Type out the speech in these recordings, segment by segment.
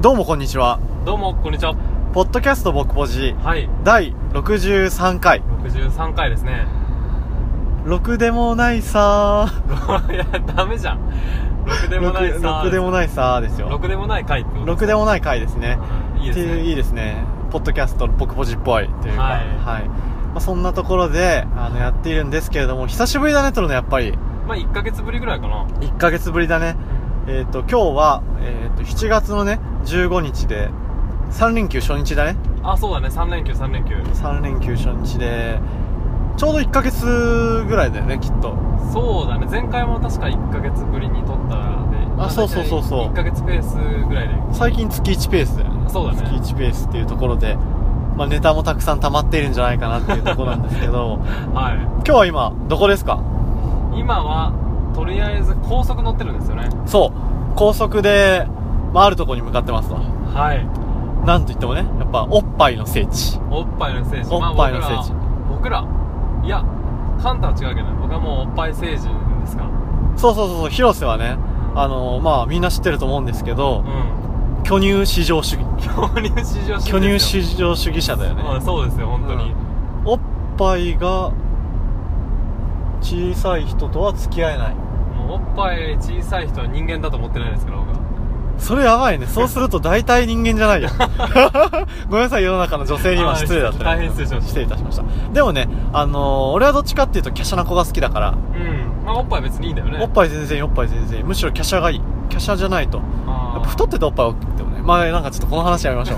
どうもこんにちは。どうもこんにちはポッドキャスト僕ポジはい第63回。 63回ですね ろくでもないさいやダメじゃん6ー。でもないさろくろくでもないさーですよ。 6でもない回ってことろくでもない回ですね。いいですってねいういいですね。ポッドキャスト僕ポジっぽいというか。はいはい。まあ、そんなところで、あの、やっているんですけれども、久しぶりだね、とるの、やっぱり。まあ1ヶ月ぶりぐらいかな1ヶ月ぶりだね。えっ、と、今日は、えっ、と、7月のね、15日で、3連休初日だね。あそうだね3連休3連休3連休初日で、ちょうど1ヶ月ぐらいだよね、きっと。そうだね前回も確か1ヶ月ぶりに撮ったであそうそうそうそう1ヶ月ペースぐらいで最近月1ペースだよねそうだね月1ペースっていうところで、まあ、ネタもたくさん溜まっているんじゃないかなっていうところなんですけど は今日は今どこですかい今はとりあえず高速乗ってるんですよねそう高速で、まあ、あるところに向かってますとはいなんといってもねやっぱおっぱいの聖地おっぱいの聖地おっぱいの聖地まあ、僕ら僕らいやカンタは違うけどね僕はもうおっぱい聖人ですからそうそうそうそう広瀬はねあのまあみんな知ってると思うんですけどう巨乳至上主義ん巨乳市場巨乳至上主義者だよねまあそうですよ本当に、おっぱいが小さい人とは付き合えないもうおっぱい小さい人は人間だと思ってないですから僕はそれやばいね。そうすると大体人間じゃ ないよ。ごめんなさい、世の中の女性には失礼だったねあー大変失礼しました失礼いたしました。でもね、あのー、俺はどっちかっていうと華奢な子が好きだから、うんまあおっぱい別にいいんだよねおっぱい全然いいおっぱい全然いいむしろ華奢がいい。華奢じゃないと。やっぱ太っってておっぱい大きくてもね。まあなんかちょっとこの話やめましょう。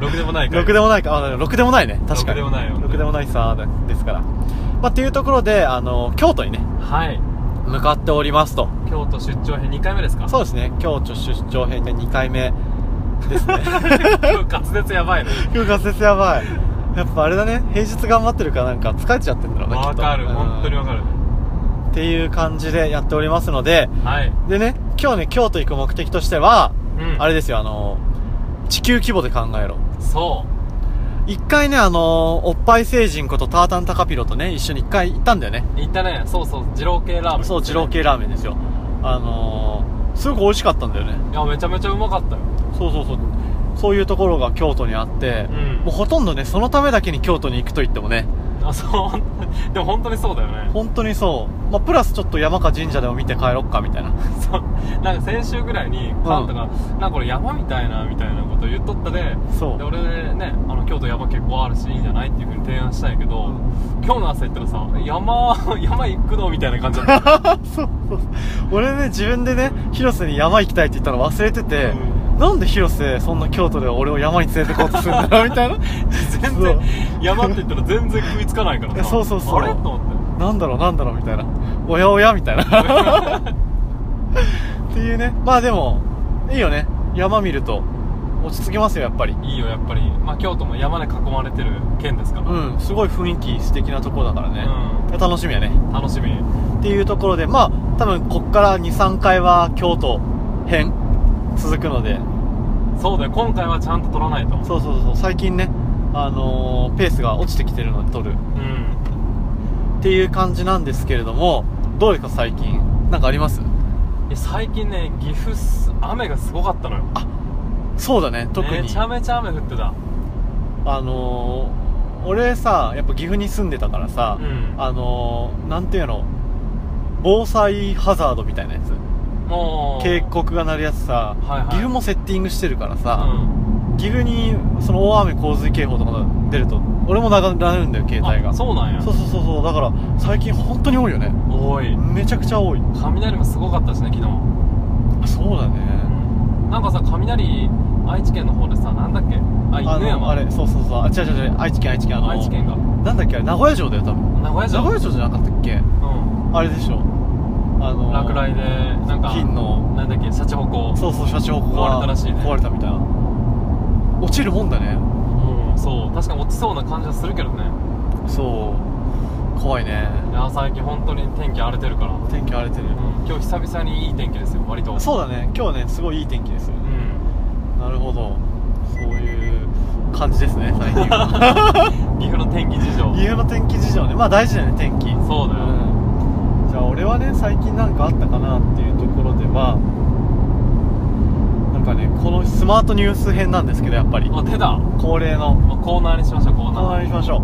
ろくでもないからろくでもないか。あ、ろくでもないね。確かに。ろくでもないよろくでもないさーですから。まあっていうところで、あのー、京都にね、はい向かっておりますと。京都出張編2回目ですかそううですね、京都出張編で2回目ですね。 滑舌やばいね今日滑舌やばいやっぱあれだね平日頑張ってるからなんか疲れちゃってんだろうねきわっとかるうん本当にわかるっていう感じでやっておりますのではいでね今日ね京都行く目的としては、うんあれですよあの地球規模で考えろそ一回ねあのおっぱい星人ことタータンタカピロとね一緒に一回行ったんだよねう行ったねそうそう二郎系ラーメンそう二郎系ラーメンですよあのー、すごく美味しかったんだよねいやめちゃめちゃうまかったよそうそうそうそういうところが京都にあって、うんもうほとんどねそのためだけに京都に行くと言ってもねあそうで も本当にそうだよね本当にそう、まあ、プラスちょっと山か神社でも見て帰ろっかみたいなそうなんか先週ぐらいにカンタが、なんかこれ山みたいなみたいなこと言っとったでそうで俺ねあの京都山結構あるしいいんじゃないっていうふうに提案したんやけど、うん今日の朝行ったらさ山 山行くのみたいな感じだっ そうそう俺ね自分でね広瀬に山行きたいって言ったの忘れてて、なんで広瀬そんな京都で俺を山に連れてこうとするんだろうみたいなた 全そう然山って言ったら全然食いつかないからいやさそうそうそうあれと思っなんだろうなんだろうみたいなおやおやみたい なっていうねまあでもいいよね山見ると落ち着きますよやっぱり ていいよやっぱり、まあ、京都も山で囲まれてる県ですから、うんすごい雰囲気素敵なところだからね、う楽しみやね楽しみっていうところでまあ多分こっから23回は京都編続くのでそうだよ今回はちゃんと撮らないとそうそうそう最近ねあのーペースが落ちてきてるので撮るうんっていう感じなんですけれどもどうですか最近なんかありますいや最近ね岐阜す雨がすごかったのよそうだね特にめちゃめちゃ雨降ってたあのー俺さやっぱ岐阜に住んでたからさ、うんあのーなんていうの防災ハザードみたいなやつもう警告が鳴るやつさ、はいはい岐阜もセッティングしてるからうさ、ん岐阜にその大雨洪水警報とか出ると俺も流れるんだよ携帯があそうなんやそうそうそうそうだから最近本当に多いよねおいめちゃくちゃ多い雷もすごかったしね昨日、そうだねなんかさ雷愛知県の方でさなんだっけああ犬の山あれそうそうそうあ違う違う違う愛知県愛知県あの愛知県がなんだっけあれ名古屋城だよ多分名古屋名城古屋城じゃなかったっけあれでしょあうのん落雷でなんか金のなんだっけシャチホコそうそうシャチホコが壊れたらしいね壊れたみたいな落ちるもんだねうんそう確かに落ちそうな感じはするけどねそう怖いねいや最近本当に天気荒れてるから、うん、天気荒れてる今日久々にいい天気ですよ割とそうだね今日ねすごいいい天気ですよううんなるほどそういう感じですね最近 は岐阜の天気事情岐阜の天気事情ねまあ大事だよね天気そうだよ、うんじゃあ俺はね最近なんかあったかなっていうところではなんかかねこのスマートニュース編なんですけどやっぱりあ出た恒例のまあコーナーにしましょうコーナーコーナーにしましょう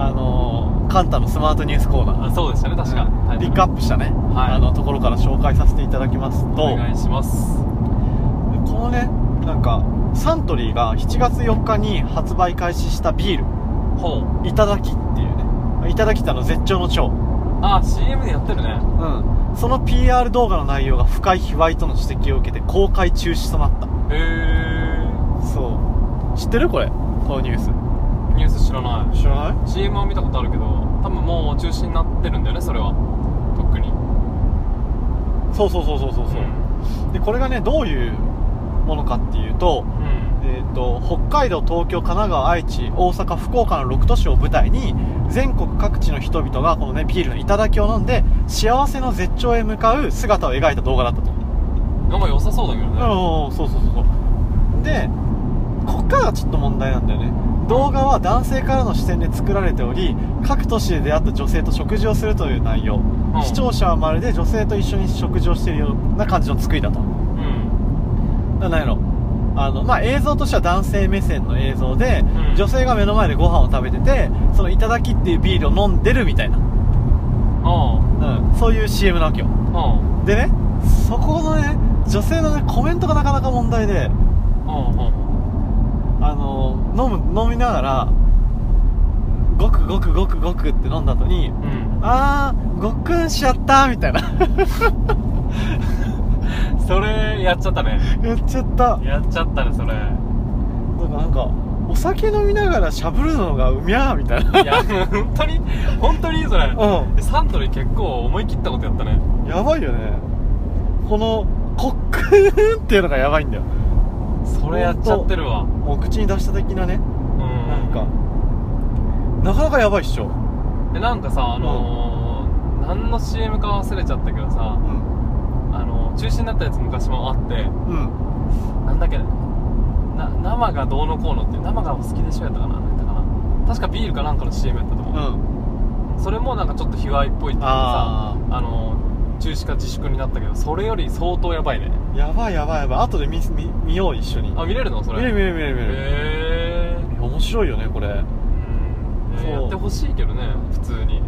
あのー、カンタのスマートニュースコーナーあそうでしたね確か、うんピックアップしたね、はいあのところから紹介させていただきますとお願いしますでこのねなんかサントリーが7月4日に発売開始したビールほう「いただき」っていうね「いただき」たの絶頂の長あ CM でやってるねうんその PR 動画の内容が不快卑猥との指摘を受けて公開中止となっへえたそう知ってるこれこのニュースニュース知らない知らない CM は見たことあるけど多分もう中止になってるんだよねそれはとっくにそうそうそうそうそうそう、でこれがねどういうものかっていうとうん、うん、えー、と北海道、東京、神奈川、愛知、大阪、福岡の6都市を舞台に全国各地の人々がこの、ね、ビールの頂を飲んで幸せの絶頂へ向かう姿を描いた動画だったと、なんか良さそうだけどねうん、そうそうそうそうでこっからがちょっと問題なんだよね動画は男性からの視点で作られており各都市で出会った女性と食事をするという内容、うん視聴者はまるで女性と一緒に食事をしているような感じの作りだとうんなんやろあの、まあ、映像としては男性目線の映像で、うん女性が目の前でご飯を食べててその「いただき」っていうビールを飲んでるみたいな、あうん、そういう CM なわけよあああでねそこのね女性のねコメントがなかなか問題でああの飲む飲みながらごくごくごくごくって飲んだ後にあうんあーごっくんしちゃったみたいな それやっちゃったねやっちゃったなんかやっちゃったねそれなんかお酒飲みながらしゃぶるのがうみゃーみたいない や本当に本当にそれうんサントリー結構思い切ったことやったねやばいよねこのコックンっていうのがやばいんだよそれやっちゃってるわもう口に出した的なねうんなんかなかなかやばいっしょえなんかさあのー何の CM か忘れちゃったけどさうんあの中止になったやつ昔もあってうんなんだっけな生がどうのこうのって生がお好きでしょやったかななんやったかな確かビールかなんかの CM やったとう思う、んそれもなんかちょっと卑猥っぽいっていうかさああの中止か自粛になったけどそれより相当やばいねやばいやばいやばい後で見見見よう一緒にあ見れるのそれ見る見る見る見る、へえ面白いよねこれうんそうやってほしいけどね普通に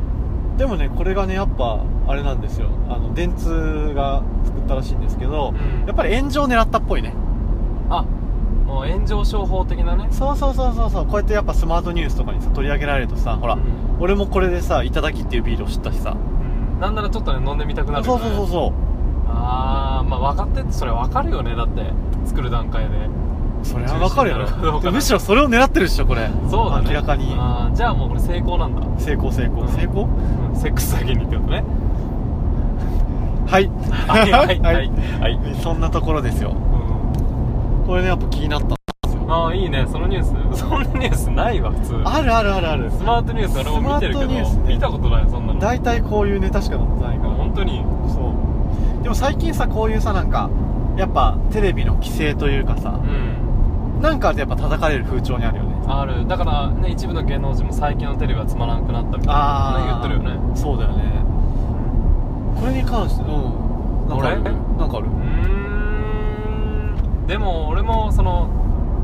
でもねこれがねやっぱあれなんですよあの電通が作ったらしいんですけど、うんやっぱり炎上狙ったっぽいねあもう炎上商法的なねそうそうそうそうそうこうやってやっぱスマートニュースとかにさ取り上げられるとさほら、うん俺もこれでさ「いただき」っていうビールを知ったしさうんなんならちょっとね飲んでみたくなるそようねそうそうそああまあ分かってってそれ分かるよねだって作る段階うでそれはわかるよ中心になるかどうでかむしろそれを狙ってるでしょこれそうだね明らかにあーじゃあもうこれ成功なんだ、成功成功、うん成功うんセックス詐欺にってこと ねはいはいはいはい、はいそんなところですようこれねやっぱ気になったん、ああいいねそのニュース そんなニュースないわ普通あるあるあるあるスマートニュース俺も見てるけスマートニューど、スね見たことないそんなの大体こういうネタしか載ってないから本当にそうでも最近さこういうさなんかやっぱテレビの規制というかさうんなんかでやっぱ叩かれる風潮にあるよねあるだからね一部の芸能人も最近のテレビはつまらなくなったみたいなあねあ言ってるよねそうだよねこれに関してうんなんかある俺なんかあるうーんでも俺もその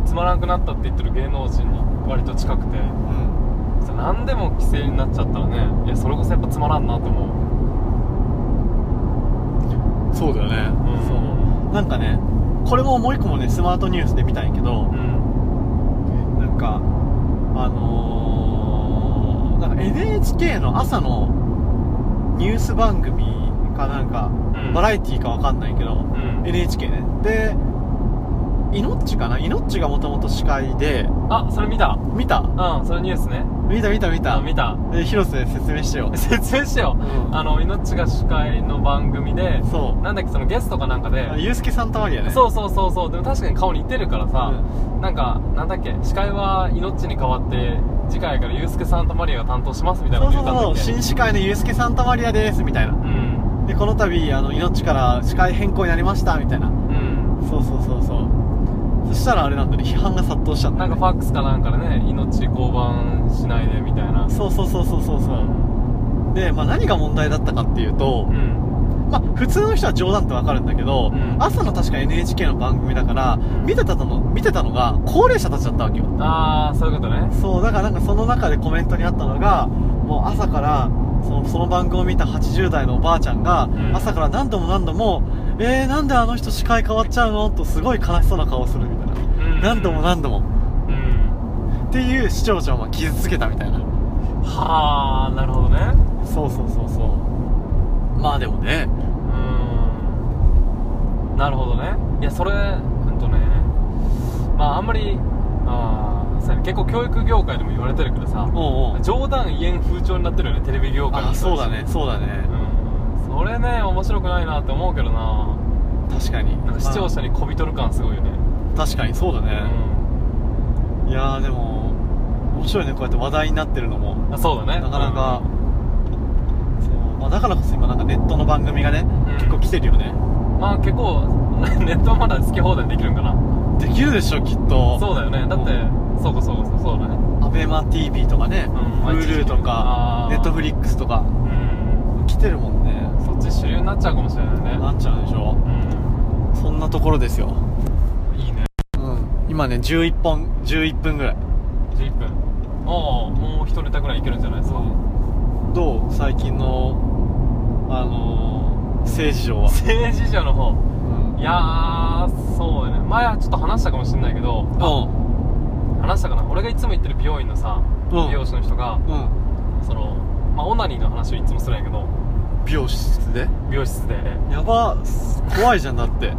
つまらなくなったって言ってる芸能人に割と近くてうんさ何でも規制になっちゃったらねいやそれこそやっぱつまらんなと思うそうだよね、うんそうなんかねこれももう一個もねスマートニュースで見たんやけどう、んなんかあのー、なんか NHK の朝のニュース番組かなんか、うんバラエティーかわかんないけどう、ん NHK ねでイノッチかなイノッチがもともと司会であそれ見た見たうんそれニュースね見た見た見たあ見た で広瀬説明してよ説明してよ、うんあの「いのちが司会」の番組でそうなんだっけそのゲストかなんかであユースケ・サンタマリアねそうそうそうそうでも確かに顔似てるからさ、なんかなんだっけ司会は命に代わって次回からユースケ・サンタマリアが担当しますみたいなそこうとそ言うったんだそっう新け司会のユースケ・サンタマリアですみたいなうんでこの度あの命から司会変更になりましたみたいなうんそうそうそうそうそしたらあれなんだね批判が殺到しちゃった、なんね、かファックスかなんかでね命降板しないでみたいなそうそうそうそうそうそうで、まあ、何が問題だったかっていうとう、んまあ、普通の人は冗談ってわかるんだけど、うん朝の確か NHK の番組だから、ん見てたの、見てたのが高齢者たちだったわけよ。ああそういうことねそう、だからなんかその中でコメントにあったのが、もう朝から、そのその番組を見た80代のおばあちゃんが、ん朝から何度も何度も、えー、なんであの人視界変わっちゃうのとすごい悲しそうな顔をするみたいな。うん何度も何度も。うんっていう視聴者をまあ傷つけたみたいな。はあなるほどねそうそうそうそう。まあでもね、うーんなるほどねいやそれうんとねまああんまりあーそうやね結構教育業界でも言われてるけどさおうおう。冗談言えん風潮になってるよねテレビ業界のあ、人そうだたちね、そうだね。うんそれね面白くないなって思うけどな確かになんか視聴者にこびとる感すごいよね、まあ確かにそうだね、いやーでも面白いねこうやって話題になってるのもうんあそうだねなかなか、そうまあ、だからこそ今なんかネットの番組がね、うん結構来てるよねうんまあ結構 ネットはまだ好き放題できるんかなできるでしょきっとそうだよねだってそうかそうかそうそうだねアベマ t v とかね、うん Hulu とかあー Netflix とかうん来てるもんねそっち主流になっちゃうかもしれないねなっちゃうでしょうそんなところですよ、んいいねうん、今ね11本11分ぐらい11分ああもう一ネタぐらいいけるんじゃないですかどう最近のあのー、政治上は、政治上の方うんいやーそうだね前はちょっと話したかもしれないけどう話したかな俺がいつも行ってる美容院のさうん美容師の人んがうんそのまあオナニーの話をいつもするんやけど美容室で美容室でやば怖いじゃんだって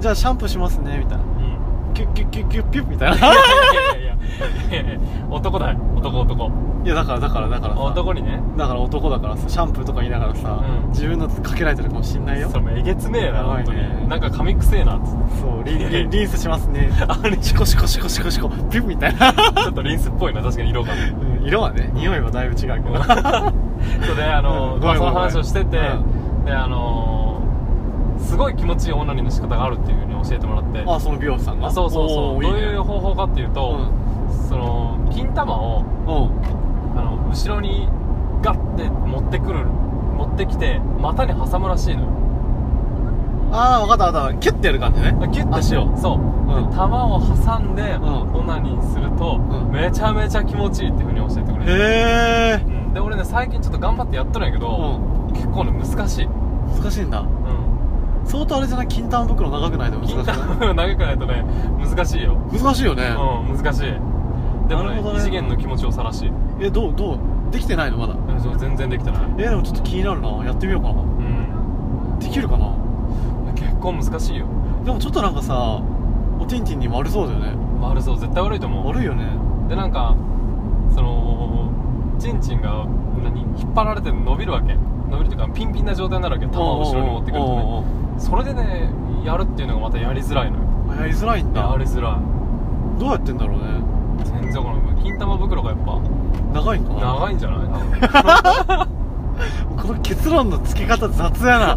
じゃあシャンプーしますねみたいなうんキュッキュッキュッキュッピュッみたい ないやいやいやいやいや男だよ男男いやだからだからだからさ男にねだから男だからさシャンプーとか言いながらさ、うん自分のかけられてるかもしんないよそれもえげつねえなやば本い当ねになんか髪くせえなっつってそう リンリンリンスしますねあれシコシコシコシコシコピュッみたいな、ちょっとリンスっぽいな確かに色がうん色はね匂いはだいぶ違うけど そうであの、うんまごめんあそごめのん話をしてて、うであのすごい気持ちいいオナニーの仕方があるっていうふうに教えてもらってあその美容師さんがそうそうそおーういどうねいう方法かっていうと、その金玉をうんあの後ろにガッて持ってくる持ってきて股に挟むらしいのよああ分かった分かったキュッてやる感じねキュッてし足をようそう、うんで玉を挟んで、んオナニーすると、うんめちゃめちゃ気持ちいいっていうふうに教えてくれて、へえうんで俺ね最近ちょっと頑張ってやっとるんやけうど、ん結構ね難しい、難しいんだうん、相当あれじゃない金玉袋長くない と難しい金玉長くないとね難しいよ難しいよね、うん難しいでもなるほどねね異次元の気持ちをさらしいえどうどうできてないのまだうんそう全然できてないえでもちょっと気になるなやってみようかなうんできるかな結構難しいよでもちょっとなんかさおてんてんに悪そうだよね悪そう絶対悪いと思悪いよねうでなんかそのチンチンが何引っ張られて伸びるわけ伸びるというかピンピンな状態になるわけ球を後ろに持ってくるおうとねおうそれでねやるっていうのがまたやりづらいのよおうおうやりづらいんやだりづらいどうやってんだろうね全然わからない金玉袋がやっぱ長いんかな長いんじゃない多分 この結論の付け方雑や な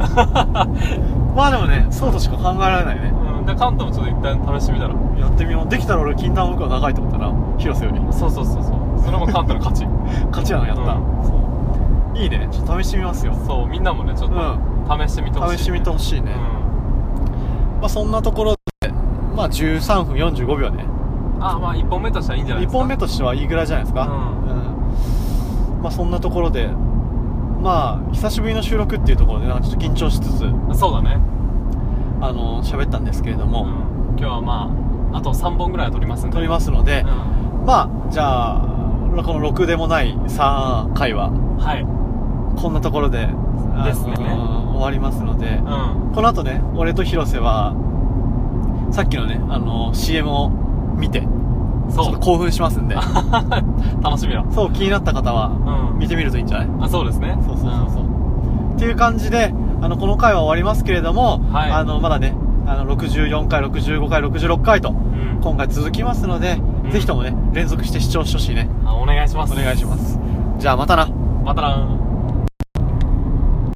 まあでもねそうとしか考えられないねうん、でカンタもちょっと一旦試してみたらやってみようできたら俺金玉袋長いと思ったな広瀬よりそうそうそうそうそれもカンタの 勝ち勝ちやなやった、うそういいねちょっと試してみますよそうみんなもねちょっと試してみてほしい、ね、試してみてほしいね、うんまあそんなところでまあ13分45秒ねあまあ1本目としてはいいんじゃない1ですか本目としてはいいぐらいじゃないですか、うんうんまあそんなところでまあ久しぶりの収録っていうところでなんかちょっと緊張しつつそうだね、あの喋ったんですけれどうんも、、今日はまああと3本ぐらいは撮りますんで、撮りますすので、うん、まあじゃあこの6でもない3回ははいこんなところであのですね終わりますのでうこの後ね俺と広瀬はさっきのねあの CM を見てちんょそっうと興奮しますんで楽しみよそう気になった方はうん見てみるといいんじゃないあそうですねそうそうそうそう、っていう感じであのこの回は終わりますけれども、はいあのまだねあの64回65回66回とうん、うん今回続きますので、うんぜひともね連続して視聴してほしいねあお願いしますお願いしますじゃあまたなまたな